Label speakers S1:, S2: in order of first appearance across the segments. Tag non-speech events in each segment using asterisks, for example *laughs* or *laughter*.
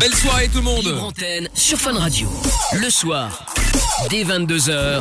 S1: Belle soirée tout le monde.
S2: Libre antenne sur Fun Radio. Le soir, dès 22h,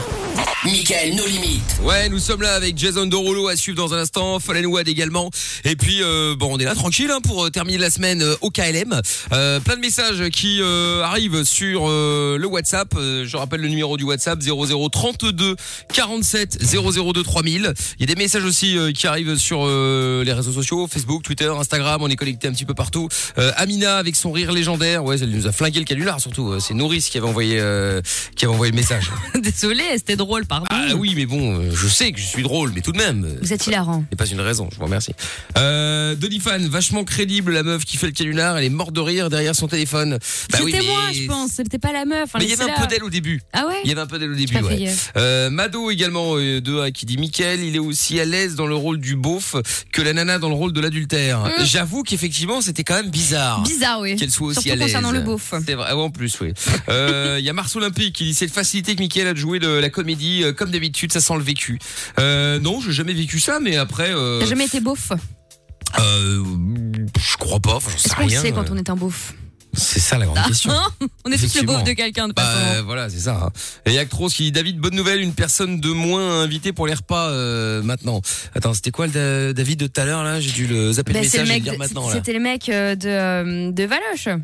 S2: Michael nos limites.
S1: Ouais, nous sommes là avec Jason Dorolo à suivre dans un instant, Fallen Wad également. Et puis, euh, bon, on est là tranquille hein, pour euh, terminer la semaine euh, au KLM. Euh, plein de messages qui euh, arrivent sur euh, le WhatsApp. Euh, je rappelle le numéro du WhatsApp 0032 47 002 3000. Il y a des messages aussi euh, qui arrivent sur euh, les réseaux sociaux, Facebook, Twitter, Instagram. On est connecté un petit peu partout. Euh, Amina avec son rire légendaire. Ouais, elle nous a flingué le canular surtout. Euh, C'est Norris qui avait envoyé, euh, qui avait envoyé le message. *laughs*
S3: Désolé, c'était drôle, pardon.
S1: Ah oui, mais bon, euh, je sais que je suis drôle, mais tout de même. euh,
S3: Vous êtes hilarant.
S1: n'est pas une raison, je vous remercie. Euh, Dolifan, vachement crédible, la meuf qui fait le canular, elle est morte de rire derrière son téléphone. Bah oui,
S4: C'était
S1: mais-
S4: moi, je pense. C'était pas la meuf. hein,
S1: Mais il y avait un peu
S4: laissez-la.
S1: d'elle au début.
S4: Ah ouais
S1: Il y avait un peu d'elle au début,
S4: pas fait
S1: ouais.
S4: gaffe.
S1: Euh, Mado également, euh, de A, qui dit Michael, il est aussi à l'aise dans le rôle du beauf que la nana dans le rôle de l'adultère. J'avoue qu'effectivement, c'était quand même bizarre.
S4: Bizarre, oui.
S1: Qu'elle soit aussi
S4: Surtout
S1: à l'aise.
S4: concernant le beauf.
S1: C'est vrai, ah ouais, en plus,
S4: *laughs*
S1: oui. Euh, Il y a Mars Olympique qui dit c'est de facilité que Mickaël a de jouer le- la comédie, euh, comme d'habitude, ça sent le vécu. Euh, non, j'ai jamais vécu ça, mais après. euh,
S4: T'as jamais été beauf
S1: euh, je crois pas, enfin, j'en sais
S4: Est-ce qu'on le
S1: rien. euh.
S4: sait quand on est un beauf
S1: C'est ça la grande
S4: *laughs*
S1: question.
S4: Hein On est tous le
S1: Effectivement.
S4: beauf de quelqu'un de
S1: Bah
S4: façon.
S1: euh, voilà, c'est ça. hein. Et Actros qui dit David, bonne nouvelle, une personne de moins invitée pour les repas euh, maintenant. Attends, c'était quoi le Da- David de tout à l'heure là J'ai dû le zapper
S4: Bah,
S1: le
S4: c'est
S1: message
S4: le
S1: et
S4: mec
S1: le dire
S4: de-
S1: maintenant là.
S4: C'était le mec euh, de, euh, de Valoche.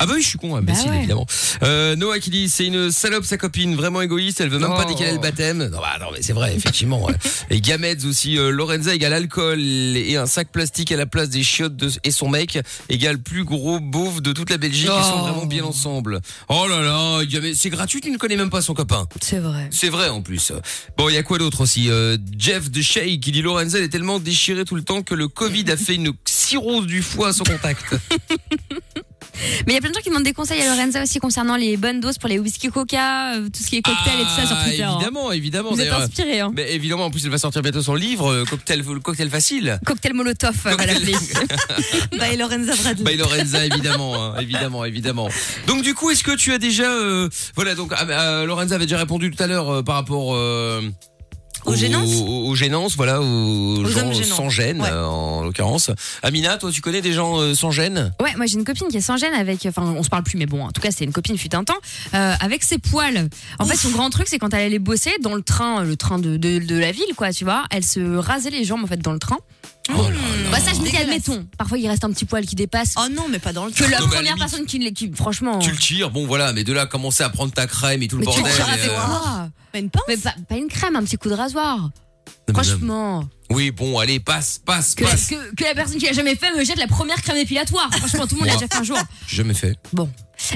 S1: Ah bah oui, je suis con, imbécile
S4: ouais.
S1: évidemment. Euh, Noah qui dit c'est une salope sa copine, vraiment égoïste, elle veut même pas
S4: Oh.
S1: décaler le baptême. Non bah non mais c'est vrai effectivement.
S4: *laughs*
S1: ouais. Et Gamets aussi euh, Lorenza égale alcool et un sac plastique à la place des chiottes de, et son mec égale plus gros beauf de toute la Belgique. Ils sont
S4: Oh.
S1: vraiment bien ensemble. Oh là là, Gamets, c'est gratuit, tu ne connais même pas son copain.
S4: C'est vrai.
S1: C'est vrai en plus. Bon, il y a quoi d'autre aussi Euh, Jeff de Shea qui dit Lorenza elle est tellement déchirée tout le temps que le Covid a fait une cirrhose du foie à son contact.
S4: Mais il y a plein de gens qui demandent des conseils à Lorenza aussi concernant les bonnes doses pour les whisky coca, euh, tout ce qui est cocktail et tout ça sur
S1: Ah,
S4: Twitter. hein.
S1: Évidemment, évidemment.
S4: Vous êtes
S1: d'ailleurs.
S4: inspiré, hein.
S1: Mais évidemment, en plus, elle va sortir bientôt son livre, euh, cocktail, le cocktail facile.
S4: Cocktail Molotov, euh,
S1: *laughs*
S4: va l'appeler. By Lorenza Bradley.
S1: By Bah, Lorenza, évidemment, hein, évidemment, évidemment. Donc du coup, est-ce que tu as déjà, euh, voilà, donc ah, euh, Lorenza avait déjà répondu tout à l'heure euh, par rapport euh,
S3: Aux gênances
S1: aux, aux gênances, voilà, aux,
S3: Aux
S1: gens
S3: hommes gênants.
S1: sans gêne
S3: Ouais.
S1: euh, en l'occurrence. Amina, toi, tu connais des gens euh, sans gêne
S4: Ouais, moi j'ai une copine qui est sans gêne avec, enfin on se parle plus, mais bon, en tout cas c'est une copine fut un temps, euh, avec ses poils. En fait, son grand truc c'est quand elle allait bosser dans le train, euh, le train de, de, de la ville, quoi, tu vois, elle se rasait les jambes en fait dans le train.
S1: Oh là là.
S4: Bah ça je me dis,
S3: Dégueulasse.
S4: admettons, parfois il reste un petit poil qui dépasse.
S3: Oh non, mais pas dans le
S4: que
S3: cul.
S1: Non, mais
S4: la
S1: à la
S4: première
S1: limite,
S4: personne qui l'équipe, franchement.
S1: Tu le tires, bon voilà, mais de là à commencer à prendre ta crème et tout le
S4: mais tu
S1: bordel.
S4: le tires avec
S1: euh,
S4: quoi
S3: Même pas.
S4: Mais pas, pas une crème, un petit coup de rasoir.
S1: non, mais non.
S4: Franchement.
S1: Oui, bon, allez, passe, passe,
S4: Que,
S1: passe.
S4: que, que la personne qui l'a jamais fait me jette la première crème épilatoire. Franchement, tout le monde l'a déjà fait un jour.
S1: J'ai Jamais fait.
S4: Bon.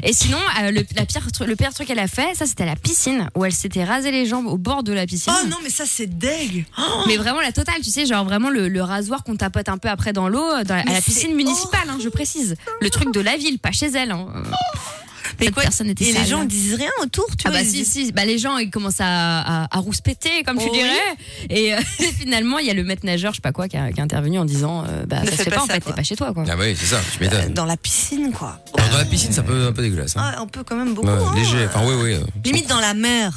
S4: Et sinon, euh, le, la pire, tru- le pire truc qu'elle a fait, ça c'était à la piscine, où elle s'était rasé les jambes au bord de la piscine.
S3: Oh non, mais ça c'est deg. Oh,
S4: Mais vraiment la totale, tu sais, genre vraiment le, le rasoir qu'on tapote un peu après dans l'eau, euh, dans- à
S3: Mais
S4: la
S3: c'est
S4: piscine municipale, hein, je précise. Le truc de la ville, pas chez elle. Hein. Euh,
S3: mais
S4: Cette
S3: quoi
S4: personne était
S3: Et les
S4: sale.
S3: gens ils disent rien autour, tu
S4: Ah
S3: vois.
S4: bah
S3: ils
S4: si,
S3: disent-
S4: si, bah les gens ils commencent à, à, à rouspéter, comme tu
S3: Oh
S4: dirais. Et euh, *laughs* finalement, il y a le maître nageur, je sais pas quoi, qui a, qui a intervenu en disant, euh, bah
S3: Ne
S4: ça se
S3: fais
S4: fait
S3: pas
S4: pas, en
S3: ça,
S4: fait,
S3: quoi.
S4: t'es pas chez toi, quoi.
S1: Ah oui, c'est ça, tu m'étonnes.
S3: Dans la piscine, quoi.
S1: Alors, Dans la piscine, ça peut un peu dégueulasse. Hein.
S3: Ah, un peu quand même beaucoup.
S1: Ouais,
S3: hein.
S1: léger, enfin oui, oui. euh.
S3: Limite dans la mer.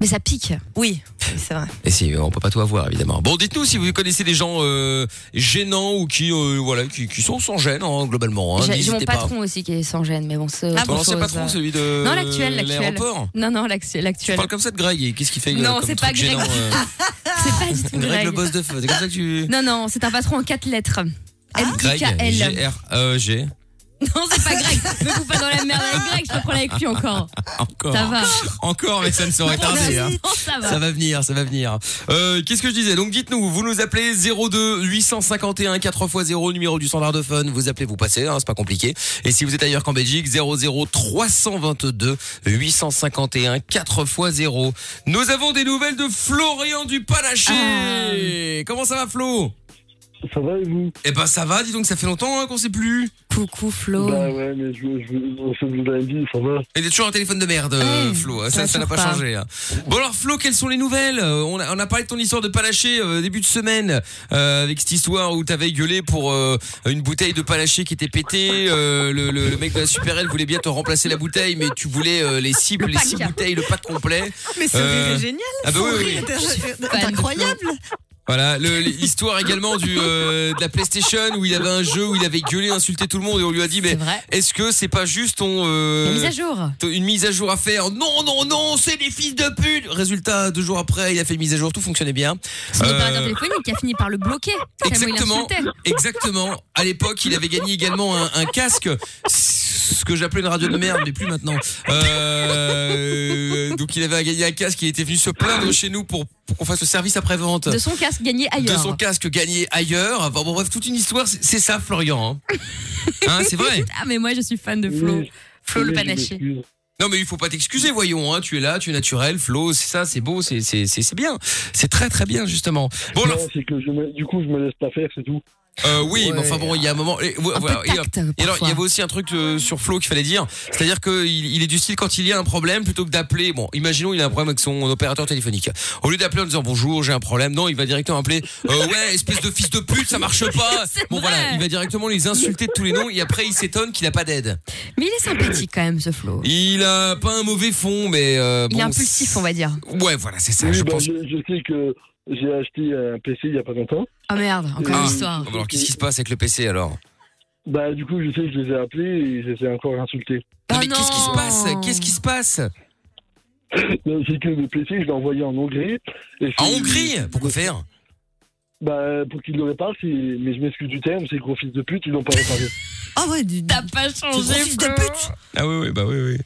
S4: Mais ça pique.
S3: Oui, c'est vrai.
S1: Et si, on peut pas tout avoir évidemment. Bon, dites-nous si vous connaissez des gens euh, gênants ou qui, euh, voilà, qui, qui sont sans gêne hein, globalement. Hein,
S4: J'ai j'ai mon
S1: N'hésitez pas.
S4: patron aussi qui est sans gêne, mais bon, c'est.
S3: Ah
S4: autre
S1: Ton ancien
S4: chose,
S1: patron,
S4: euh.
S1: celui de
S4: Non, l'actuel, l'actuel.
S1: l'aéroport.
S4: Non, non, l'actu-
S1: Tu
S4: l'actuel.
S1: parles comme ça de Greg et qu'est-ce qu'il fait euh,
S4: Non,
S1: comme
S4: c'est
S1: truc
S4: pas Greg.
S1: gênant euh,
S4: *laughs* C'est pas du tout
S1: Greg,
S4: Greg.
S1: le boss de feu. C'est comme ça que tu.
S4: Non, non, c'est un patron en quatre lettres.
S1: Ah. Greg,
S4: M-I-K-L.
S1: G R E G.
S4: Non, c'est pas
S1: *laughs*
S4: Greg. Ne coupe pas dans la merde avec Greg, je te prends avec lui encore.
S1: Encore.
S4: Ça va.
S1: Encore, mais ça ne saurait tarder. hein.
S4: Non, ça va.
S1: Ça va venir, ça va venir. Euh, Qu'est-ce que je disais Donc dites-nous, vous nous appelez 02 851 4x0 numéro du standard de fun. Vous appelez, vous passez, hein, c'est pas compliqué. Et si vous êtes ailleurs qu'en Belgique, 00 322 851 4x0. Nous avons des nouvelles de Florian du Panaché. Comment ça va Flo
S5: Ça va et vous
S1: Eh ben ça va, dis donc, ça fait longtemps hein, qu'on sait plus.
S4: Coucou Flo.
S5: Bah ouais, mais je, je, je, je vous l'avais dit, ça va.
S1: Et il y a toujours un téléphone de merde, euh,
S4: Ouais,
S1: Flo. hein,
S4: ça
S1: Ça ça n'a pas,
S4: rassure pas.
S1: changé. hein. Bon alors, Flo, quelles sont les nouvelles Euh, on a, on a parlé de ton histoire de palaché euh, début de semaine euh, avec cette histoire où t'avais gueulé pour euh, une bouteille de palaché qui était pétée. euh, le, le- le mec de la Superelle voulait bien te remplacer la bouteille, mais tu voulais euh, les six, les six
S4: pack.
S1: bouteilles, le pack complet.
S3: Ah, Mais ce
S1: Euh,
S3: rire est génial.
S1: ah bah
S3: Son
S1: oui, oui.
S3: rire est- est
S4: fan de
S3: incroyable.
S1: Voilà, le- l'histoire également du euh, de la PlayStation où il avait un jeu où il avait gueulé, insulté tout le monde et on lui a dit mais
S4: C'est vrai.
S1: est-ce que c'est pas juste ton euh,
S4: La mise à jour.
S1: t- une mise à jour à faire Non non non, c'est des fils de pute. Résultat, deux jours après, il a fait une mise à jour, tout fonctionnait bien.
S4: Son
S1: Euh,
S4: opérateur téléphonique qui a fini par le bloquer. tellement Ah, il
S1: Exactement,
S4: insultait. *laughs*
S1: exactement. À l'époque, il avait gagné également un, un casque, ce que j'appelais une radio de merde, mais plus maintenant. Euh, donc, il avait gagné un casque. Il était venu se plaindre chez nous pour, pour qu'on fasse le service après vente
S4: De son casque gagné ailleurs.
S1: de son casque gagné ailleurs. Bon, bon, bref, toute une histoire. C'est c'est ça, Florian.
S4: *laughs*
S1: Hein, Hein, c'est vrai.
S4: Ah, mais moi, je suis fan de Flo.
S5: Oui.
S4: Flo le
S5: Oui, je
S4: panaché.
S5: m'excuse.
S1: Non, mais il faut pas t'excuser, voyons. Hein, tu es là, tu es naturel, Flo. C'est ça, c'est beau, c'est c'est c'est c'est bien. C'est très très bien justement. Bon, alors,
S5: Non, c'est que je me- du coup, je me laisse pas faire, c'est tout.
S1: euh, oui, mais enfin bon, il y a un moment. et-
S4: Un
S1: Ah, voilà,
S4: peu
S1: il y a-
S4: tact,
S1: Et alors, il y
S4: parfois.
S1: avait aussi un truc euh, sur Flo qu'il fallait dire. C'est-à-dire qu'il il est du style quand il y a un problème, plutôt que d'appeler. Bon, imaginons, il a un problème avec son opérateur téléphonique. Au lieu d'appeler en disant bonjour, j'ai un problème, non, il va directement appeler
S4: *laughs*
S1: euh, ouais, espèce de fils de pute, ça marche pas.
S4: C'est
S1: Bon,
S4: vrai.
S1: voilà, il va directement les insulter de tous les noms et après, il s'étonne qu'il a pas d'aide.
S4: Mais il est sympathique quand même, ce Flo.
S1: Il a pas un mauvais fond, mais. euh,
S4: Il est
S1: bon,
S4: impulsif, on va dire.
S1: c'est- Ouais, voilà, c'est ça,
S5: Oui,
S1: je
S5: bah,
S1: pense.
S5: je, je sais que j'ai acheté un PC il y a pas longtemps.
S4: Oh merde, encore
S1: Ah.
S4: une histoire.
S1: Alors, qu'est-ce qui se passe avec le PC alors
S5: Bah, du coup, je sais que je les ai appelés et je les ai encore insultés.
S1: Non,
S4: Oh
S1: mais qu'est-ce qui se
S4: non.
S1: passe Qu'est-ce qui se passe
S5: Non, C'est que le PC, je l'ai envoyé en Hongrie. et c'est-
S1: En Hongrie Pourquoi faire
S5: Bah, pour qu'ils le réparent, c'est- mais je m'excuse du terme, c'est gros fils de pute, ils l'ont pas
S1: *laughs*
S5: réparé.
S3: Ah ouais, du.
S4: T'as pas changé,
S3: fils de
S4: Flo.
S3: pute.
S1: Ah, oui, oui, bah oui, oui.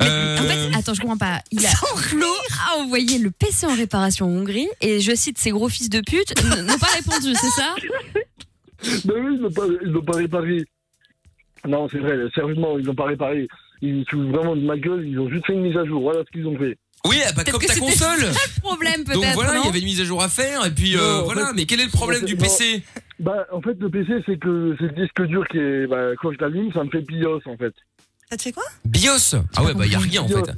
S4: Mais
S1: Euh,
S4: En fait, attends, je comprends pas. Il a,
S3: Sans Flo.
S4: a envoyé le PC en réparation en Hongrie et je cite ces gros fils de pute n- n'ont pas répondu, c'est ça
S5: bah oui, ils l'ont pas, ils l'ont pas réparé. Non, c'est vrai, sérieusement, ils l'ont pas réparé. Ils se foutent vraiment de ma gueule, ils ont juste fait une mise à jour, voilà ce qu'ils ont fait.
S1: Oui, bah, comme
S4: que
S1: ta
S4: c'était-
S1: console
S4: Problème
S1: Donc
S4: *laughs* peut-être.
S1: voilà, il
S4: non
S1: y avait une mise à jour à faire, et puis euh,
S5: Non, en
S1: voilà.
S5: fait,
S1: mais quel est le problème
S5: en
S1: du
S5: fait, non.
S1: PC
S5: Bah, en fait, le PC, c'est que c'est le disque dur qui est. Bah, quand je l'allume, ça me fait BIOS, en fait.
S3: Ça te fait quoi
S1: BIOS Ah ouais, bah
S5: *laughs*
S1: il y a rien en
S5: BIOS.
S1: fait.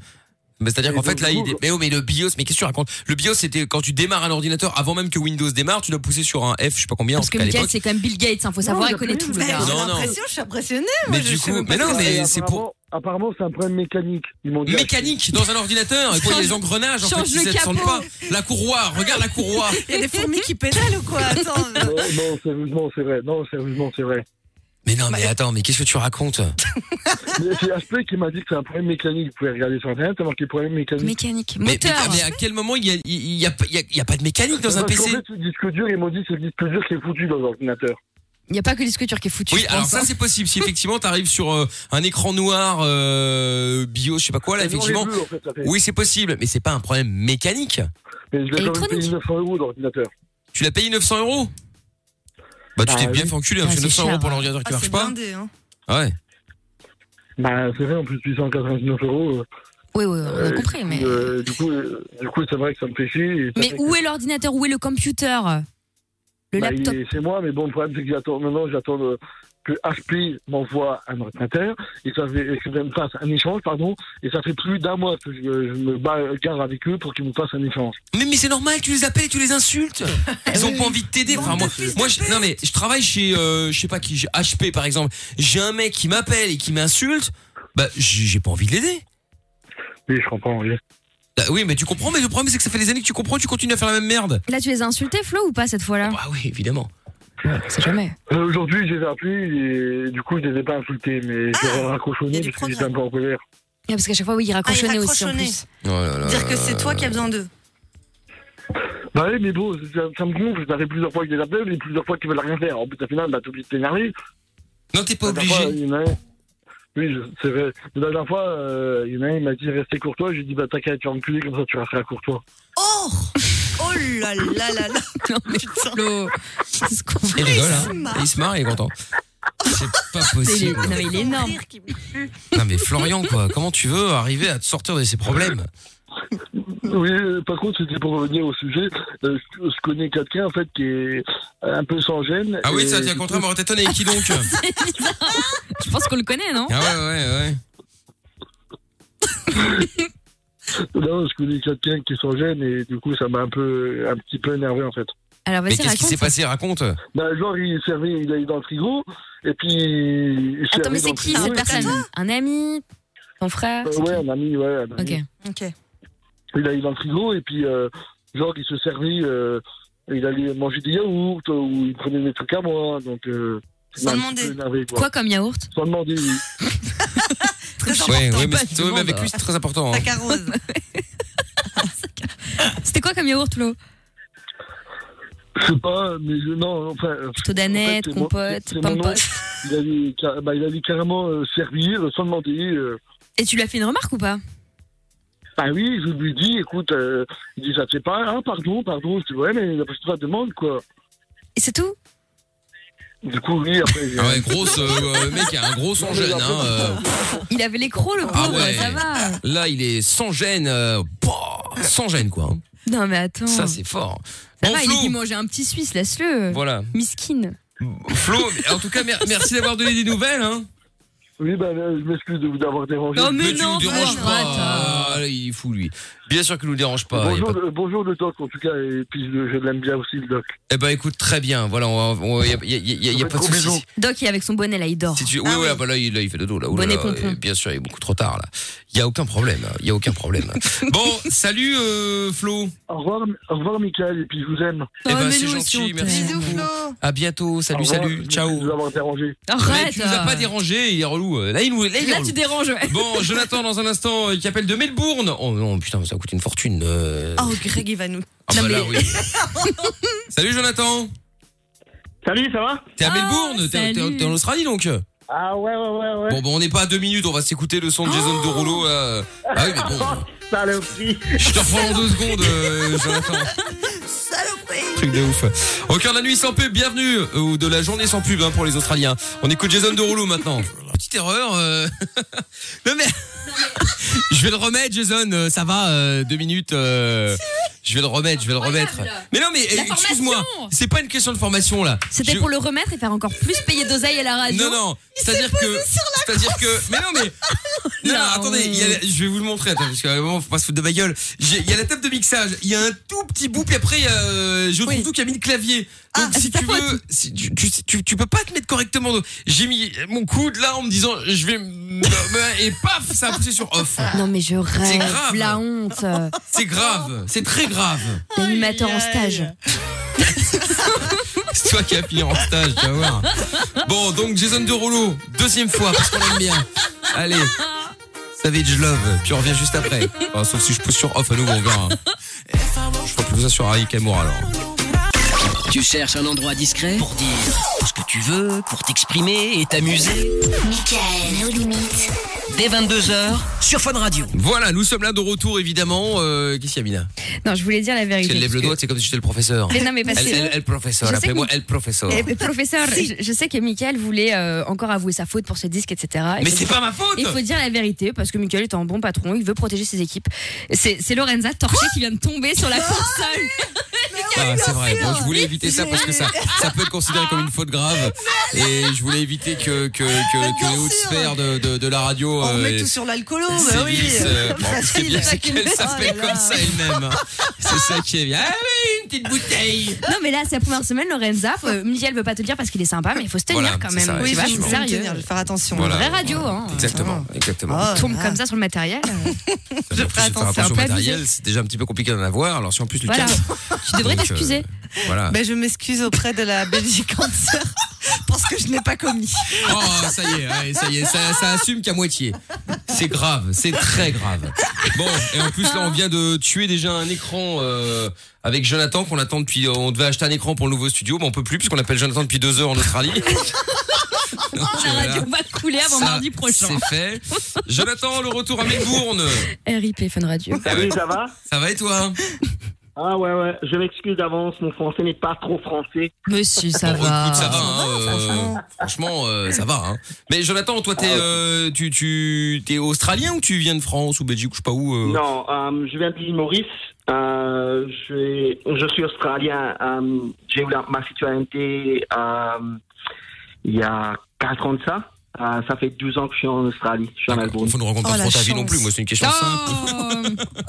S1: Bah, C'est-à-dire
S5: Et
S1: qu'en fait
S5: donc,
S1: là,
S5: du
S1: il
S5: coup,
S1: est... mais, oh, mais le BIOS, mais qu'est-ce que tu racontes Le BIOS, c'était quand tu démarres un ordinateur, avant même que Windows démarre, tu dois pousser sur un F, je sais pas combien, en
S4: Parce
S1: tout
S4: que
S1: cas à
S4: Michael,
S1: l'époque.
S4: c'est quand même Bill Gates, hein, faut savoir, il connaît tout le
S3: Mais
S4: gars.
S3: Bah, J'ai
S1: Non, non.
S3: l'impression, je suis impressionnée. moi,
S1: Mais
S3: je
S1: du
S3: sais
S1: coup,
S3: même pas
S1: mais non,
S3: ce que
S1: mais
S5: Et
S1: c'est pour
S5: apparemment- Apparemment, c'est un problème mécanique. Ils m'ont dit.
S1: mécanique dans un ordinateur. Et quoi, il y a les
S4: Change-
S1: engrenages, en fait,
S4: change
S1: ils
S4: le
S1: descendent
S4: capot.
S1: pas. La courroie, regarde la
S4: *laughs*
S1: courroie.
S3: Il y a des fourmis qui pédalent ou quoi *laughs* Attends. euh,
S5: Ah, Non, non, sérieusement, c'est vrai. Non, sérieusement, c'est vrai.
S1: Mais non,
S4: Bah,
S1: mais attends, mais qu'est-ce que tu racontes
S5: Mais c'est HP qui m'a dit que c'est un problème mécanique. Vous pouvez regarder sur internet, c'est marqué problème mécanique.
S4: Mécanique,
S1: mais, mais-
S4: moteur.
S1: mais à quel moment il y a, il y a, il y a- il y a pas de mécanique dans un
S5: Parce qu'en
S1: PC
S5: fait, c'est le disque dur, ils m'ont dit que c'est le disque dur qui est foutu dans l'ordinateur.
S4: Il n'y a pas que l'isculture qui est foutue.
S1: Oui,
S4: je pense,
S1: alors ça
S4: hein.
S1: c'est possible. Si effectivement t'arrives sur euh, un écran noir euh, bio, je sais pas quoi là,
S5: Mais non,
S1: effectivement.
S5: les deux, en fait, ça fait.
S1: Oui, c'est possible, mais c'est pas un problème mécanique.
S5: Mais je vais quand même
S4: Électronique.
S5: payer 900 euros l'ordinateur.
S1: Tu l'as payé 900 euros Bah tu
S5: Bah
S1: t'es bien
S5: oui.
S1: fait enculer, hein,
S4: Ah,
S1: parce que
S4: c'est
S1: 900 euros
S4: cher,
S1: pour
S4: hein.
S1: l'ordinateur qui
S3: ah, c'est
S1: marche pas.
S3: blindé, hein.
S1: Ouais.
S5: Bah, c'est vrai, en plus, 899 euros. euh,
S4: Oui, oui, on a
S5: euh,
S4: compris, mais.
S5: euh, du coup, euh, du coup, c'est vrai que ça me fait chier. et ça
S4: Mais
S5: fait que-
S4: où est l'ordinateur Où est le computer Le
S5: Bah,
S4: laptop
S5: il est chez moi, mais bon, le problème, c'est que j'attends, maintenant, j'attends euh, que HP m'envoie un ordinateur, et ça fait, et que ça me fasse un échange, pardon, et ça fait plus d'un mois que je, je me bats- gare avec eux pour qu'ils me fassent un échange.
S1: Mais, mais c'est normal, tu les appelles et tu les *laughs* insultes. Ils ont pas envie de t'aider. Enfin, moi, moi je- non, mais je travaille chez, euh, je sais pas qui, j'ai HP par exemple. J'ai un mec qui m'appelle et qui m'insulte. Bah, j'ai j'ai pas envie de l'aider.
S5: Oui, je comprends, oui.
S1: Bah oui, mais tu comprends, mais le problème c'est que ça fait des années que tu comprends, tu continues à faire la même merde.
S4: Là, tu les as insultés, Flo, ou pas cette fois-là
S1: Bah oui, évidemment.
S4: C'est jamais.
S5: Euh, Aujourd'hui, je les ai appelés, et du coup, je les ai pas insultés, mais je
S3: Ah,
S5: les ai
S3: il y a
S5: raccrochonnés
S3: du
S5: parce que j'étais un peu en colère.
S4: Ah, parce qu'à chaque fois, oui, il
S3: Ah, il
S4: raccrochonnait aussi en
S3: raccrochonnait.
S1: Oh
S4: plus.
S1: là là.
S3: Dire que c'est toi qui as besoin d'eux.
S5: Bah oui, mais bon, ça, ça me gonfle, ça fait plusieurs fois qu'ils les appellent, et plusieurs fois qu'ils veulent rien faire. En plus, au final, bah, t'es obligé de t'énerver.
S1: Non, t'es pas
S5: La dernière
S1: obligé.
S5: fois, il y en a un- Oui, je- c'est vrai. La dernière fois, euh, il y en a un, il m'a dit restez courtois. J'ai dit bah t'inquiète, tu vas enculer comme ça, tu resteras courtois.
S3: Oh Oh là là là *laughs* là
S4: Non,
S1: *laughs*
S4: mais
S3: Putain.
S4: Flo, c'est ce qu'on
S1: Il
S4: voit.
S1: rigole,
S3: Il
S1: hein.
S3: se marre.
S1: Il se marre, il est content. *laughs* C'est pas
S4: Il est-
S1: possible.
S4: non, mais il est énorme.
S1: Non, mais Florian, quoi, comment tu veux arriver à te sortir de ces problèmes Mm.
S5: Oui, euh, par contre, c'était pour revenir au sujet. euh, je, je connais quelqu'un en fait qui est un peu sans gêne.
S1: Ah oui,
S5: et-
S1: ça dit un contraire, m'aurait étonné. Qui donc
S4: Je pense qu'on le connaît, non
S1: Ah ouais, ouais, ouais.
S5: Non, je connais quelqu'un qui est sans gêne et du coup, ça m'a un peu, un petit peu énervé en fait.
S4: Alors,
S1: Mais
S4: vas-y,
S1: qu'est-ce qui s'est
S4: raconte.
S1: passé Raconte.
S5: Bah genre, il servait, il allait dans le frigo et puis. il s'est
S4: Attends, mais
S5: servi dans
S4: c'est
S5: le
S4: qui
S5: frigo,
S4: cette
S5: et puis-
S4: personne Un ami Ton frère
S5: Euh,
S4: C'est
S5: Ouais, un ami, ouais. un
S4: qui
S5: ami.
S4: Ok.
S3: Ok.
S5: il arrive dans le frigo et puis euh, genre il se servit euh, il allait manger des yaourts euh, ou il prenait des trucs à moi. Donc, euh, ça
S3: Sans
S5: m'a un petit
S3: demander.
S5: peu énervé, quoi.
S4: Quoi comme yaourt
S5: Sans demander, oui.
S3: Très important.
S1: Ouais, ouais, mais
S4: pas,
S1: c'est- ouais,
S4: tout
S1: mais
S4: le
S1: avec
S4: monde.
S1: lui, c'est très
S3: *laughs*
S1: important. hein.
S3: Ta carose.
S4: C'était quoi comme yaourt, Flo
S5: Je sais pas, mais je- non, enfin. euh,
S4: Plutôt d'aneth,
S5: c'est mon- c'est
S4: compote,
S5: mon
S4: pompote.
S5: Il allait, car- bah, il allait carrément euh, servir sans demander. euh.
S4: Et tu lui as fait une remarque ou pas
S5: Bah oui, je lui dis, écoute, euh, il dit, ça te fait pas, ah, pardon, pardon. Je dis, ouais, mais la prochaine fois, demande, quoi.
S4: Et c'est tout
S5: Du coup, oui, après. j'ai-
S1: Ah ouais, grosse, euh, euh, le mec a un gros sans gêne. Hein, euh.
S4: Il avait les crocs, le
S1: Ah
S4: pauvre,
S1: ouais.
S4: ça va.
S1: Là, il est sans gêne. euh, pouah, sans gêne, quoi. hein.
S4: Non, mais attends.
S1: Ça,
S4: ça
S1: c'est fort. Bon,
S4: va, il a dit
S1: Flo,
S4: manger un petit Suisse, laisse-le.
S1: voilà.
S4: Miskine.
S1: Flo, en tout cas, mer- merci d'avoir donné des nouvelles. Hein.
S5: Oui, bah, euh, je m'excuse de vous avoir dérangé.
S4: Non, mais-
S1: tu nous
S4: vraiment,
S1: déranges pas.
S4: attends.
S1: Ah, il est fou, lui. Bien sûr qu'il nous dérange pas. il Bah, y a
S5: bonjour,
S1: pas de-
S5: le- bonjour le doc, en tout cas, et puis je, je l'aime bien aussi, le doc.
S1: Eh ben, écoute, très bien. Voilà, on va- on va- il y a, il y a- il y a- il y a pas de
S5: Gros
S1: soucis.
S5: bisous.
S4: Doc, il est avec son bonnet, là, il dort.
S1: Si tu... Oui,
S3: Ah
S1: oui,
S3: oui.
S1: ah bah là, il, là, il fait dodo. Là. Ouh là
S4: Bonnet
S1: là,
S4: pompon.
S1: et bien sûr, il est beaucoup trop tard. là. Il y a aucun problème. hein. Il y a aucun problème. bon, salut euh, Flo.
S5: Au revoir, au revoir, Michael, et puis je vous aime.
S1: eh ben,
S4: Oh, mais
S1: c'est
S4: nous aussi, on
S1: gentil.
S4: t'aime.
S1: Merci.
S3: Bisous,
S1: beaucoup.
S3: Flo.
S1: À bientôt. Salut,
S5: Au revoir, je
S1: salut.
S5: m'excuse de vous
S1: Ciao.
S5: avoir dérangé.
S1: Mais
S4: Arrête. euh.
S1: tu nous as pas dérangé. Il est relou. Euh, Là, il nous. Là, il est
S4: Là,
S1: relou.
S4: tu déranges. ouais.
S1: *laughs* Bon, Jonathan, dans un instant, euh, qui appelle de Melbourne. Oh non, putain, ça coûte une fortune. euh.
S3: Oh, Greg, il va nous.
S1: Ah
S4: non,
S1: bah là,
S4: mais- *laughs*
S1: oui. Salut, Jonathan.
S6: Salut, ça va
S1: T'es à
S4: Ah,
S1: Melbourne. T'es- T'es
S4: salut.
S1: t'es en Australie, donc.
S6: Ah ouais, ouais, ouais, ouais.
S1: Bon, bon, on n'est pas à deux minutes. On va s'écouter le son de
S4: Oh
S1: Jason Derulo. euh. Ah oui, mais bon.
S6: *laughs* Saloperie.
S1: Je te reprends en deux secondes, euh, Jonathan.
S3: Saloperie.
S1: Truc de ouf. Au cœur de la nuit sans pub, bienvenue. euh, Ou de la journée sans pub hein, pour les Australiens. On écoute Jason Derulo maintenant. Petite erreur. euh. *laughs* non mais... *laughs* je vais le remettre, Jason. euh, Ça va, euh, deux minutes. euh, Je vais le remettre, je vais le
S4: Incroyable.
S1: remettre. Mais non, mais euh,
S4: La
S1: excuse-moi.
S4: formation.
S1: C'est pas une question de formation là.
S4: C'était
S1: Je-
S4: pour le remettre et faire encore plus payer d'oseille à la radio.
S1: non, non, c'est-à-dire que. C'est-à-dire que. Mais non, mais. Non,
S4: Non.
S1: attendez, il y a la- je vais vous le montrer, attends, parce qu'à un moment, faut pas se foutre de ma gueule. J'ai- Il y a la table de mixage, il y a un tout petit bout, puis après, il y a, euh, je trouve tout qui a mis le clavier. Donc, si tu veux, si tu, tu, tu, tu peux pas te mettre correctement. Donc, J'ai mis mon coude là en me disant, je vais. me- me- Et paf, ça a poussé sur off.
S4: Non, mais je
S1: grave.
S4: rêve. La honte. euh,
S1: C'est grave, c'est très grave.
S4: L'animateur en stage.
S1: C'est toi qui as fini en stage, tu vas voir. Bon, donc Jason Derulo, deuxième fois, parce qu'on l'aime bien. Allez, Savage Love, puis on revient juste après. Enfin, sauf si je pousse sur off à nouveau, on verra. Je crois plus ça sur Harry Kamour alors.
S2: Tu cherches un endroit discret pour dire ce que tu veux, pour t'exprimer et t'amuser.
S7: Michael, nos limites.
S2: Dès 22h sur Fun Radio.
S1: Voilà, nous sommes là de retour évidemment. Euh, Qu'est-ce qu'il y a, Mina
S4: Non, je voulais dire la
S1: Parce
S4: vérité.
S1: qu'elle lève le
S4: parce
S1: doigt, c'est comme si j'étais le professeur.
S4: que- Mais non, mais parce
S1: Elle,
S4: que-
S1: elle, elle, professeur,
S4: Je sais
S1: appelez-moi
S4: que-
S1: elle, professeur.
S4: Eh, mais professeur, je, je sais que Michael voulait euh, encore avouer sa faute pour ce disque, etc. Il
S1: Mais
S4: faut
S1: c'est
S4: dire-
S1: pas ma faute
S4: Il faut dire la vérité parce que Michael est un bon patron, il veut protéger ses équipes. C'est c'est Lorenza Torché qui vient de tomber sur la
S1: *laughs*
S4: console.
S1: Ah, c'est vrai. Bon, je voulais éviter ça parce que ça, ça peut être considéré comme une faute grave. Et je voulais éviter que, que, que, que les hautes
S3: sûr.
S1: sphères de, de, de la radio.
S3: On
S1: euh,
S3: remet
S1: et-
S3: tout sur l'alcoolo,
S1: C'est
S3: bah oui.
S1: lisse,
S3: *laughs*
S1: euh, bon, ce qui est
S3: Facile.
S1: bien, c'est qu'elle
S3: Oh là
S1: s'appelle
S3: là.
S1: comme ça elle-même. C'est ça qui est bien. Ah oui, une petite bouteille.
S4: Non mais là c'est la première semaine Lorenza, faut- euh, Michael veut pas te le dire parce qu'il est sympa mais il faut se tenir
S1: Voilà,
S4: quand
S1: c'est
S4: même.
S1: ça,
S4: tu
S3: Oui,
S4: vois,
S3: je
S4: c'est
S3: vais
S4: sérieux.
S3: sérieux. Je vais faire attention.
S1: Voilà.
S4: Vraie radio hein.
S1: Ah, Exactement, exactement.
S3: Ah,
S4: Tombe
S3: là.
S4: comme ça sur le matériel. euh,
S1: je
S3: ferai attention,
S4: un
S1: au
S4: peu
S1: matériel,
S4: abusé.
S1: c'est déjà un petit peu compliqué d'en avoir. Alors si en plus le
S4: Voilà.
S1: casse,
S4: Tu devrais
S1: donc, euh,
S4: t'excuser.
S1: voilà.
S3: Ben, je m'excuse auprès de la Belgique entière pour ce que je n'ai pas commis.
S1: Oh, ça y est, ouais, ça y est, ça, ça assume qu'à moitié. C'est grave, c'est très grave. Bon, et en plus là, on vient de tuer déjà un écran euh, avec Jonathan qu'on attend depuis. On devait acheter un écran pour le nouveau studio, mais on peut plus puisqu'on appelle Jonathan depuis deux heures en
S4: *laughs*
S1: Australie. Donc,
S4: La
S1: voilà.
S4: radio va couler avant
S1: Ça,
S4: mardi prochain.
S1: C'est fait. Jonathan, le retour à Melbourne.
S4: RIP Fun Radio. *laughs*
S6: Salut, ça va
S1: Ça va et toi hein
S6: Ah ouais, ouais. Je m'excuse d'avance, mon français n'est pas trop français.
S4: Monsieur ça
S1: Bon,
S4: va. Ah,
S1: écoute, ça va. hein, euh, franchement, euh, ça va. hein. Mais Jonathan, toi, t'es, euh, tu, tu, t'es australien ou tu viens de France ou Belgique ou je sais pas où euh
S6: Non, euh, je viens de l'île Maurice. Euh, je, je suis australien. Euh, J'ai eu la- ma citoyenneté euh, il y a 4 ans de ça. Euh, ça fait 12 ans que je suis en Australie. Je suis en
S1: D'accord.
S6: Melbourne.
S1: Faut nous raconter
S3: Oh,
S1: pas
S3: la
S1: trop ta vie
S3: chance.
S1: non plus. Moi, c'est une question simple.
S4: Oh.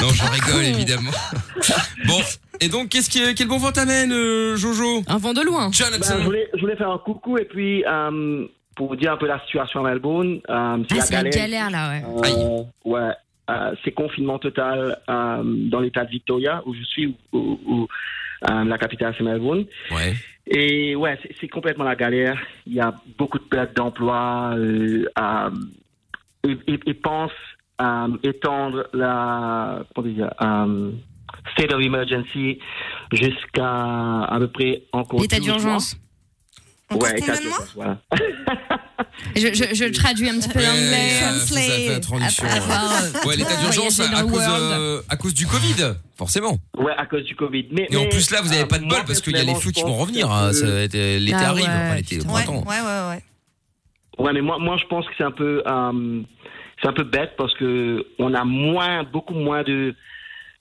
S1: Non, je
S4: *laughs*
S1: rigole évidemment. *laughs* bon, et donc, qu'est-ce qui, quel bon vent t'amène, euh, Jojo
S4: Un vent de loin.
S6: Ben, je,
S1: Jonathan.
S6: voulais, je voulais faire un coucou et puis euh, pour vous dire un peu la situation à Melbourne. Euh,
S4: Ah,
S6: la
S4: c'est la galère là, ouais.
S6: Euh, ouais, euh, c'est confinement total euh, dans l'État de Victoria, où je suis, où, où- où, euh, la capitale, c'est Melbourne.
S1: Ouais.
S6: Et ouais, c'est- c'est complètement la galère. Il y a beaucoup de pertes d'emplois. Euh, euh, et, et- et pense euh, étendre la comment dire, euh, state of emergency jusqu'à à peu près encore.
S4: L'état
S6: 12 mois.
S4: d'urgence.
S3: Encore
S6: Ouais,
S3: combien
S6: quatre
S3: de mois
S6: jours, voilà.
S4: Je, je, je le traduis un petit peu
S1: Ouais,
S4: l'anglais.
S1: ça, ça fait la transition.
S4: À part, euh,
S1: ouais. Ouais, l'état d'urgence
S4: voyager
S1: à,
S4: dans le
S1: cause,
S4: world.
S1: euh, à cause du Covid, forcément.
S6: Ouais, à cause du Covid. Mais,
S1: Et en
S6: mais,
S1: plus là, vous
S6: euh,
S1: n'avez pas de
S6: moi,
S1: bol parce qu'il y a les
S6: personnellement,
S1: flux qui
S6: je
S1: vont
S6: pense
S1: revenir.
S6: que-
S1: hein, ça va être- L'été
S4: Ah
S1: arrive,
S4: ouais,
S1: enfin, l'été, le
S4: putain.
S3: Ouais, ouais,
S1: printemps.
S3: ouais, ouais.
S6: Ouais, mais moi, moi, je pense que c'est un peu, euh, c'est un peu bête parce que on a moins, beaucoup moins de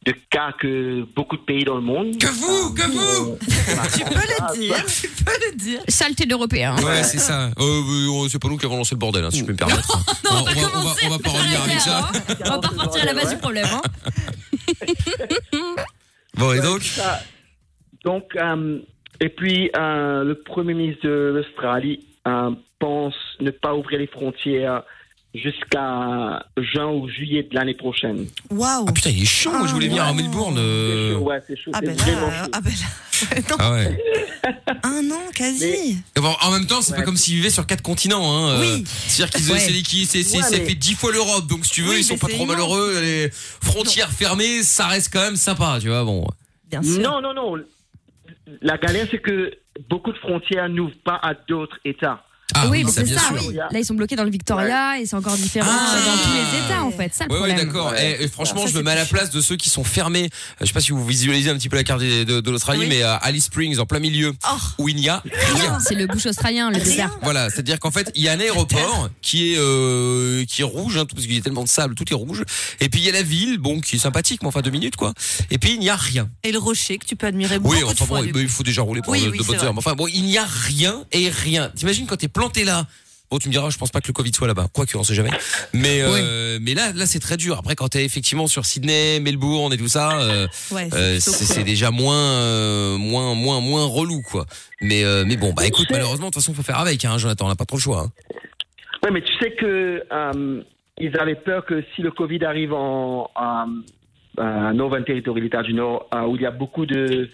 S6: de cas que beaucoup de pays dans le monde.
S1: Que vous, que vous
S3: Tu peux le dire, tu peux le dire.
S4: Saleté d'Européen.
S1: Ouais, c'est ça. Euh, oui, c'est pas nous qui avons lancé le bordel, hein, si je peux me permettre.
S4: *laughs* Non,
S1: on, va, on, va, on va pas revenir avec ça.
S4: hein. On va pas repartir à la base du problème. Hein.
S1: Bon, et
S6: Ouais,
S1: donc
S6: c'est ça. Donc, euh, et puis, euh, le Premier ministre de l'Australie euh, pense ne pas ouvrir les frontières jusqu'à juin ou juillet de l'année prochaine.
S3: Waouh.
S1: Ah putain, il est chaud, moi je voulais venir à Melbourne.
S6: C'est
S1: euh.
S6: chaud, ouais, c'est chaud,
S3: Ah
S6: c'est
S3: ben
S6: vraiment
S3: là,
S6: chaud.
S3: ah ben là. Non,
S1: Ah ouais.
S3: un an quasi.
S1: Et bon, en même temps, c'est pas comme s'ils vivaient sur quatre continents. Hein. euh.
S3: Oui.
S1: C'est-à-dire qu'ils
S3: Ouais.
S1: c'est liquide, c'est, c'est,
S6: Ouais,
S1: ça
S6: mais-
S1: fait dix fois l'Europe. Donc si tu veux,
S3: Oui,
S1: ils sont
S3: mais
S1: pas
S3: c'est
S1: trop
S3: immense.
S1: malheureux. Les frontières fermées, ça reste quand même sympa, tu vois. Bon.
S3: Bien sûr.
S6: Non, non, non. La galère, c'est que beaucoup de frontières n'ouvrent pas à d'autres États.
S1: Ah
S4: oui,
S1: oui,
S4: mais
S1: ça
S4: c'est
S1: bien
S4: ça.
S1: sûr.
S4: oui. Là, ils sont bloqués dans le Victoria et c'est encore différent
S1: Ah.
S4: dans tous les États, en fait. Ça, le
S1: Ouais, ouais,
S4: problème.
S1: d'accord. Et, et franchement,
S3: Ça,
S1: je me
S3: c'est
S1: mets à la
S3: plus chiant.
S1: place de ceux qui sont fermés. Euh, Je sais pas si vous visualisez un petit peu la carte de, de- de l'Australie,
S3: Oui.
S1: mais euh, à Alice Springs, en plein milieu,
S3: Oh,
S1: où il n'y a rien.
S4: C'est le bouche australien, le
S3: rien.
S4: désert.
S1: Voilà, c'est-à-dire qu'en fait, il y a un aéroport qui est euh, qui est rouge, hein, tout- parce qu'il y a tellement de sable, tout est rouge. Et puis il y a la ville, bon, qui est sympathique, mais enfin deux minutes quoi. Et puis il n'y a rien.
S3: Et le rocher que tu peux admirer beaucoup
S1: Oui,
S3: de
S1: enfin
S3: fois.
S1: bon,
S3: du
S1: il- il faut déjà rouler pour
S3: Oui,
S1: de,
S3: oui,
S1: de
S3: c'est
S1: bonnes
S3: vrai.
S1: heures. Mais Enfin bon, il n'y a rien et rien. T'imagines quand t'es planté là. Bon, tu me diras, je pense pas que le Covid soit là-bas. Quoique, on sait jamais. Mais, euh, mais là, là, c'est très dur. Après, quand t'es effectivement sur Sydney, Melbourne et tout ça, euh,
S3: coup. Ouais,
S1: euh,
S3: plutôt
S1: c'est
S3: cool.
S1: c'est déjà moins, euh, moins, moins, moins relou, quoi. Mais, euh, mais bon, bah écoute, malheureusement, de toute façon, faut faire avec, hein, Jonathan. On n'a pas trop le choix. hein.
S6: Oui, mais tu sais que euh, ils avaient peur que si le Covid arrive en, en, euh, Northern Territory, l'État du Nord, euh, où il y a beaucoup de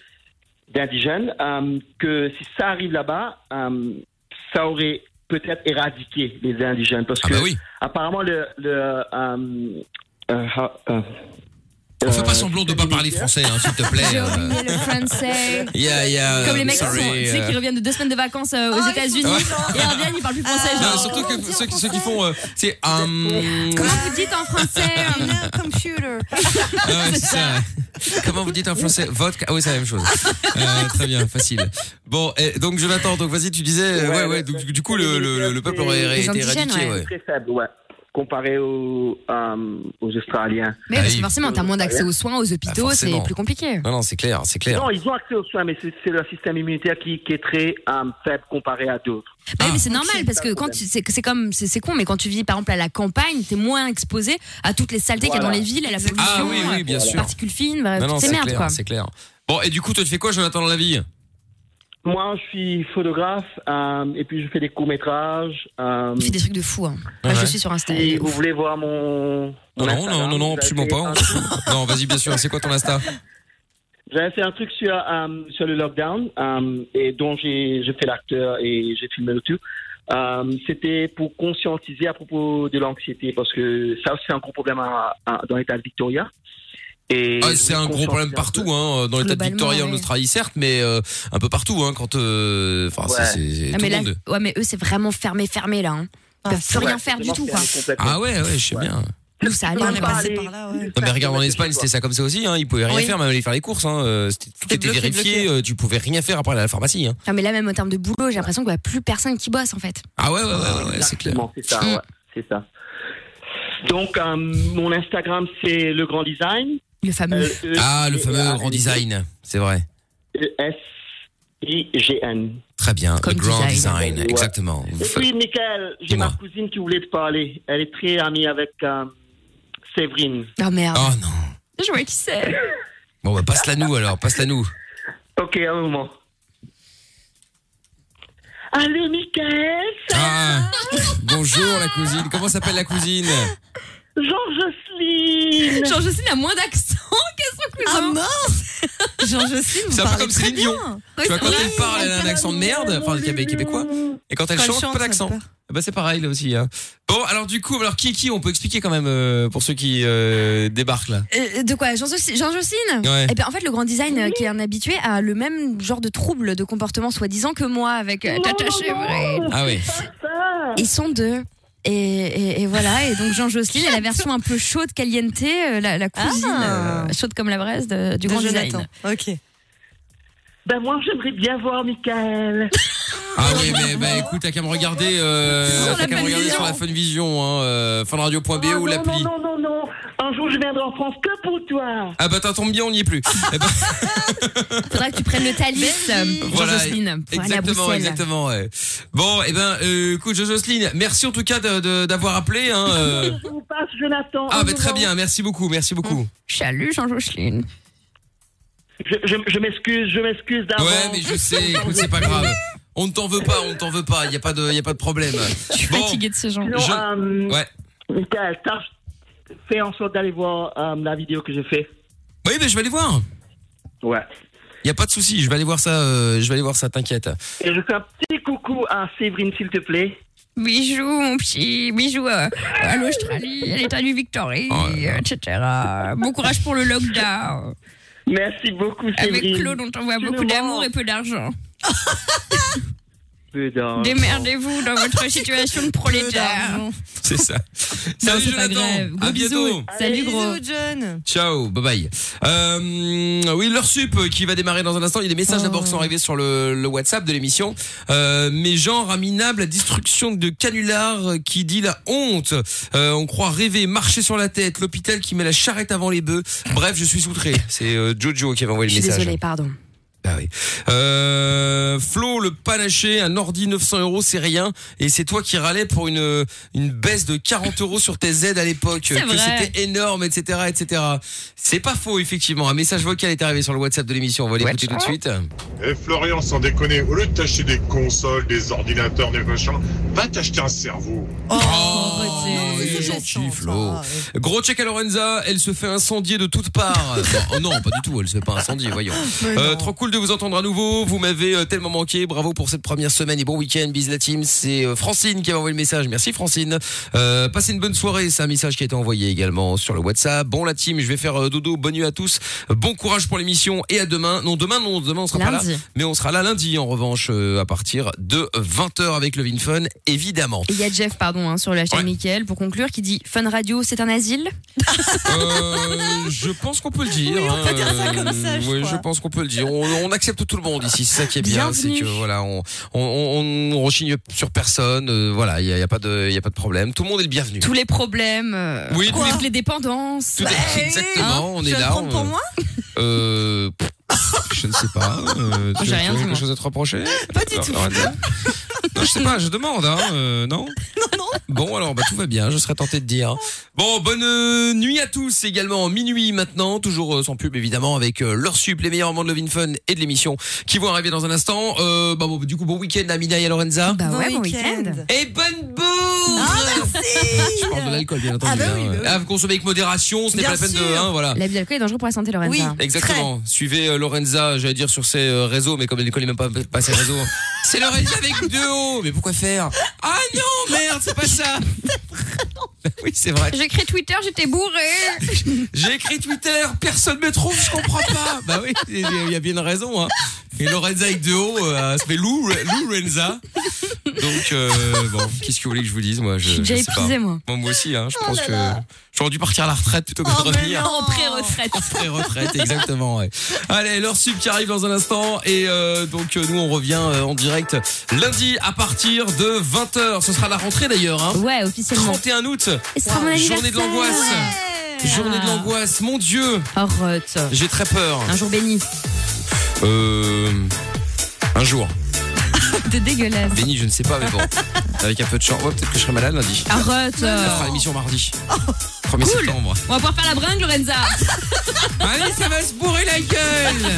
S6: d'indigènes, euh, que si ça arrive là-bas, euh, ça aurait peut-être éradiqué les indigènes parce
S1: Ah
S6: que
S1: bah oui.
S6: apparemment le, le euh, euh, euh,
S1: On fait
S6: euh,
S1: pas semblant de pas parler français, hein, s'il te plaît.
S4: J'ai
S1: euh.
S4: *laughs* oublié le français.
S1: Il y a, il y a,
S4: Comme les
S1: euh,
S4: mecs qui, sont-
S1: sorry,
S4: tu sais,
S1: euh, Ah,
S4: qui reviennent de deux semaines de vacances euh, aux
S3: Oh, ils
S4: États-Unis
S1: sont
S4: et reviennent, ils parlent plus français.
S3: Ah.
S1: Non,
S4: genre.
S1: surtout
S3: Comment
S1: que
S3: dire
S1: ceux, qui-
S3: en
S1: ceux qui
S3: français
S1: font, euh, c'est
S4: *laughs*
S1: hum,
S4: Comment vous dites en français euh,
S3: On a *laughs* un computer.
S1: Ah ouais, c'est ça. Comment vous dites en français Vodka. Ah oui, c'est la même
S4: *laughs*
S1: chose. Euh, très bien, facile. Bon, et donc Jonathan, donc vas-y, tu disais, euh,
S6: Ouais,
S1: ouais, ouais,
S6: ouais,
S1: donc,
S6: ouais.
S1: du coup, le, le, le peuple aurait
S4: Les
S1: été
S4: indigènes,
S1: éradiqué,
S4: ouais.
S1: ouais.
S6: très faible, ouais, comparé aux, euh, aux Australiens.
S4: Mais parce
S1: oui.
S4: que forcément, t'as moins d'accès aux soins, aux hôpitaux,
S1: Ah, Bah, forcément.
S4: c'est plus compliqué.
S1: Non, non, c'est clair, c'est clair.
S6: Non, ils ont accès aux soins, mais c'est c'est leur système immunitaire qui, qui est très euh, faible comparé à d'autres.
S4: Bah oui,
S1: Ah.
S4: mais c'est normal parce que quand tu, c'est, c'est comme, c'est, c'est con, mais quand tu vis par exemple à la campagne, t'es moins exposé à toutes les saletés qu'il y a
S6: Voilà.
S4: dans les villes, à la pollution,
S1: Ah oui, oui, bien
S4: euh,
S1: sûr.
S4: les particules fines, bah,
S1: Non,
S4: toutes
S1: non,
S4: ces
S1: c'est
S4: merdes quoi.
S1: clair, c'est clair. Bon, et du coup, toi, tu fais quoi, Jonathan, dans la vie
S6: Moi, je suis photographe euh, et puis je fais des courts-métrages. euh,
S4: Tu fais des trucs de fou. Hein. Moi,
S1: Ouais.
S4: Je suis sur Insta.
S6: si vous voulez voir mon. mon
S1: Non, non,
S6: Instagram,
S1: non, non, non,
S6: vous
S1: absolument
S6: avez fait
S1: pas.
S6: un-
S1: Non, vas-y, bien sûr, c'est quoi ton Insta
S6: J'avais fait un truc sur, euh, sur le lockdown euh, et dont j'ai j'ai fait l'acteur et j'ai filmé le tout. Euh, C'était pour conscientiser à propos de l'anxiété parce que ça aussi c'est un gros problème à- à- dans l'état de Victoria. Et
S1: Ah, c'est un gros problème partout, hein, dans l'état de
S4: Globalement,
S1: Victoria en
S4: ouais.
S1: Australie, certes, mais euh, un peu partout, hein, quand. euh, Enfin, c'est-
S6: Ouais.
S1: c'est
S4: Ah,
S1: tout
S4: mais
S1: le
S4: là,
S1: monde.
S4: ouais, mais eux, c'est vraiment fermé, fermé là. Hein. Ils
S3: Ah,
S4: peuvent plus
S6: ne
S4: rien faire du tout quoi.
S1: Ah ouais, ouais, je sais
S6: Ouais.
S1: bien.
S4: Nous, ça allait hein,
S3: On est
S4: encore.
S3: passé par là, ouais.
S1: Non, mais regarde en Espagne, c'était ça comme ça aussi. Hein. Ils pouvaient rien
S3: Oui.
S1: faire, même aller faire les courses. Hein. euh, c'était- Tout
S3: C'était
S1: était
S3: bloqué,
S1: vérifié. euh, Tu pouvais rien faire après aller à la pharmacie. Hein.
S4: Ah, mais là, même en termes de boulot, j'ai l'impression qu'il n'y a plus personne qui bosse en fait.
S1: Ah ouais, ouais, ouais, ouais, c'est clair.
S6: Exactement, C'est ça,
S4: Mm.
S6: ouais, c'est ça. Donc, euh, mon Instagram, c'est le grand design. Euh, E
S4: Le fameux.
S1: Ah, le fameux grand design. C'est vrai.
S6: E-S-I-G-N.
S1: Très bien.
S4: Comme
S1: le grand design,
S4: design.
S6: Ouais.
S1: exactement. Vous
S6: Et
S1: fa-
S6: puis, Michael, j'ai
S1: Dis-moi.
S6: ma cousine qui voulait te parler. Elle est très amie avec euh, Séverine.
S4: Oh merde.
S1: Oh non.
S4: Je vois qui c'est.
S1: Bon, bah, passe-la nous alors, passe-la nous.
S6: Ok, un moment. Allô, Michael
S1: Ah, bonjour la cousine. Comment s'appelle la cousine
S8: Georges
S4: Genre, Jocelyne a moins d'accent *laughs* que son
S3: Ah
S4: cousin.
S3: mince *laughs* Georges Jocelyne, vous
S1: C'est un peu
S3: parlez
S1: comme
S3: très
S1: Céline
S3: bien.
S1: Dion. Tu vois, quand
S4: Oui,
S1: elle parle, elle a un accent de merde, enfin, québé- québécois. Et quand elle
S3: Quand elle
S1: chante,
S3: chante,
S1: pas
S3: ça
S1: d'accent.
S3: me perd.
S1: Ah Bah c'est pareil là aussi. hein. Bon alors du coup alors qui est qui on peut expliquer quand même euh, pour ceux qui euh, débarquent là.
S4: Euh, de quoi Jean-Jocelyne
S1: Ouais.
S4: Eh bien, en fait, le grand design euh, qui est un habitué a le même genre de trouble de comportement soi-disant que moi avec euh, Tata Chevrel.
S1: Ah oui.
S8: Ça.
S4: Ils sont deux. Et, et- et voilà, et donc Jean-Jocelyne est la version un peu chaude caliente, euh, la, la cousine
S3: Ah.
S4: euh, chaude comme la braise de- du grand
S3: De
S4: design.
S3: Jonathan. Ok.
S8: Ben moi j'aimerais bien voir Michael.
S1: Ah oui mais bah écoute t'as qu'à me regarder euh,
S4: Sur
S1: t'as
S4: la
S1: qu'à me
S4: Fun
S1: regarder
S4: Vision.
S1: sur la Funvision hein, euh, funradio.be
S8: Ah,
S1: ou
S8: non,
S1: l'appli.
S8: non, non, non, non. Un jour je viendrai en France que pour toi.
S1: Ah bah t'as tombé bien on n'y est plus. Eh ben,
S4: Faudra que tu prennes le Thalys, euh,
S1: Voilà,
S4: Jean-Jocelyne, pour aller à
S1: exactement,
S4: Bruxelles.
S1: exactement. ouais. Bon, et ben, euh, écoute, Jo- Jocelyne, merci en tout cas de- de- d'avoir appelé. Hein, euh.
S8: Je vous passe Jonathan.
S1: Ah,
S8: en
S1: bah, très
S8: novembre.
S1: bien, merci beaucoup, merci beaucoup.
S4: Salut Jean-Jocelyne.
S8: Je, je, je m'excuse, je m'excuse
S4: Ah
S8: d'avance.
S1: Ouais, mais je sais, écoute, c'est
S4: *laughs*
S1: pas grave. On ne t'en veut pas, on ne t'en veut pas, il y a pas de, y a pas de problème.
S4: Je suis
S1: Bon.
S4: fatiguée de ces gens.
S8: Sinon,
S1: je-
S8: euh,
S1: Ouais.
S8: Michael, t'as fait en sorte d'aller voir euh, la vidéo que j'ai fait.
S1: Oui, mais je vais aller voir.
S8: Ouais.
S1: Il y a pas de souci, je vais aller voir ça, euh, je vais aller voir ça, t'inquiète.
S8: Et je fais un petit coucou à Séverine, s'il te plaît.
S4: Bijou, mon petit, bijou euh, à l'Australie, à l'État du Victorie,
S1: Oh là
S4: etc. Bon courage pour le lockdown.
S8: Merci beaucoup,
S4: Avec
S8: Séverine.
S4: Claude, on t'envoie
S8: Tu
S4: beaucoup
S8: nous
S4: d'amour
S8: manques.
S4: et peu d'argent. Oh.
S8: Dedans.
S4: Démerdez-vous dans *laughs* votre situation de prolétaire.
S1: C'est ça. Salut
S4: c'est pas
S1: Jonathan,
S4: grave.
S1: à
S4: Gros bisous.
S1: bientôt.
S4: Salut gros.
S3: Bisous, John.
S1: Ciao, bye bye. Euh, oui, leur sup qui va démarrer dans un instant. Il y a des messages d'abord qui sont arrivés sur le, le WhatsApp de l'émission. Euh, mais genre aminable, la destruction de canular qui dit la honte. Euh, on croit rêver, marcher sur la tête, l'hôpital qui met la charrette avant les bœufs. Bref, je suis outré. C'est euh, Jojo qui avait envoyé
S4: Je
S1: le
S4: suis
S1: message.
S4: désolée, pardon.
S1: Ah oui. Euh, Flo, le panaché, un ordi 900 euros, c'est rien. Et c'est toi qui râlais pour une, une baisse de 40 euros sur tes aides à l'époque.
S4: C'est
S1: Que
S4: vrai.
S1: c'était énorme, etc., etc. C'est pas faux, effectivement. Un message vocal est arrivé sur le WhatsApp de l'émission. On va l'écouter tout de suite.
S9: Eh Florian, sans déconner, au lieu de t'acheter des consoles, des ordinateurs, des machins, va t'acheter un cerveau.
S3: Oh,
S1: il est
S3: c'est Eh
S1: gentil,
S3: blessant,
S1: Flo.
S3: ça.
S1: Gros check à Lorenza, elle se fait incendier de toutes
S3: *laughs*
S1: parts. Bon, non, pas du tout, elle se fait pas incendier, voyons.
S3: Mais
S1: Euh,
S3: non.
S1: trop cool de vous entendre à nouveau. Vous m'avez euh, tellement manqué. Bravo pour cette première semaine et bon week-end. Bis la team. C'est euh, Francine qui a envoyé le message. Merci Francine. Euh, passez une bonne soirée. C'est un message qui a été envoyé également sur le WhatsApp. Bon la team, je vais faire euh, dodo. Bonne nuit à tous. Euh, Bon courage pour l'émission et à demain. Non, demain, non, demain on sera pas là.
S4: Lundi.
S1: Mais on sera là lundi en revanche euh, à partir de 20h avec le VinFun, évidemment.
S4: Et il y a Jeff, pardon, hein, sur le hashtag
S1: Ouais.
S4: Mickaël, pour conclure, qui dit Fun Radio, c'est un asile
S1: Euh, je pense qu'on peut le dire.
S3: Oui, on peut
S1: hein.
S3: dire ça comme ça, je
S1: Oui,
S3: crois.
S1: je pense qu'on peut le dire. On, on accepte tout le monde ici. C'est ça qui est bien, c'est
S4: Bienvenue.
S1: que voilà, on, on, on, on rechigne sur personne. euh, voilà, il y a, il y a pas de, il y a pas de problème. Tout le monde est le bienvenu.
S4: Tous les problèmes, euh,
S1: Oui,
S4: toutes
S1: tous
S4: les dépendances.
S1: Tout est-
S3: Hein,
S1: exactement. on
S3: tu
S1: est
S3: vas le
S1: là.
S3: prendre
S1: on-
S3: pour moi
S1: euh, pff, je ne sais pas.
S3: *laughs*
S1: euh, tu
S4: J'ai
S1: as
S4: rien dit,
S1: quelque
S4: moi.
S1: chose à te reprocher
S3: Pas du
S1: Non,
S3: tout.
S1: non, non. Non, je sais pas, je demande, hein, euh,
S3: *laughs*
S1: non Bon, alors, bah, tout va bien, je serais tenté de dire. Bon, bonne euh, nuit à tous également, minuit maintenant, toujours euh, sans pub évidemment, avec euh, leur sup, les meilleurs moments de Love in Fun et de l'émission qui vont arriver dans un instant. Euh, bah, bon, du coup, bon week-end à Mina et à Lorenza.
S4: Bah
S3: Bon
S4: ouais, bon
S3: week-end. Ah,
S4: week-end.
S1: Et bonne bourre
S3: Merci.
S1: Je parle de l'alcool, bien entendu.
S3: Ah bah oui,
S1: hein.
S3: bah oui.
S1: Ah, vous consommez avec modération, ce n'est
S3: Bien
S1: pas la peine de...
S3: sûr.
S1: Hein, voilà.
S4: L'abus d'alcool est dangereux pour la santé, Lorenza.
S3: Oui.
S1: Exactement. Suivez euh, Lorenza, j'allais dire sur ses euh, réseaux, mais comme elle ne connaît même pas, pas ses *laughs* réseaux. c'est Lorenza avec deux O. Mais pourquoi faire Ah *laughs* non, merde, c'est pas ça. oui, c'est vrai.
S4: J'ai écrit Twitter, j'étais bourré.
S1: J'ai écrit Twitter, personne me trouve, je comprends pas. *laughs* Bah oui, il y a- il y a bien une raison. Hein. Et Lorenza avec deux O, euh, ça fait Lou, Lou Renza. Donc, euh, bon, qu'est-ce que vous voulez que je vous dise, moi Je,
S4: Je suis déjà
S1: je sais pas.
S4: épuisée, moi.
S1: Bon, moi aussi, hein, je pense que j'aurais dû partir à la retraite plutôt que de revenir.
S4: En pré-retraite.
S1: Pré-retraite, exactement. ouais. Allez, leur sub qui arrive dans un instant. Et euh, donc, euh, nous, on revient euh, en direct lundi à partir de 20h. Ce sera la rentrée d'ailleurs. Hein.
S4: Ouais, officiellement.
S1: 31 août,
S4: Et ce sera mon
S1: journée de
S4: anniversaire.
S1: l'angoisse.
S4: Eh
S1: Journée de l'angoisse, mon Dieu,
S4: Arrête.
S1: j'ai très peur.
S4: Un jour béni.
S1: Euh, un jour.
S4: T'es dégueulasse.
S1: Béni, je ne sais pas, mais bon. *laughs* Avec un peu de chance, ouais, peut-être que je serai malade lundi.
S4: Arrête.
S1: On
S4: euh.
S1: fera l'émission mardi. 1er
S4: Oh. Cool. *laughs*
S1: septembre.
S4: On va pouvoir faire la bringue, Lorenza.
S1: Allez, ça va se bourrer la gueule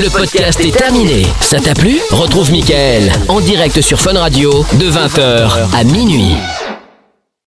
S2: Le podcast est terminé. Ça t'a plu Retrouve Mickaël en direct sur Fun Radio de 20h à minuit.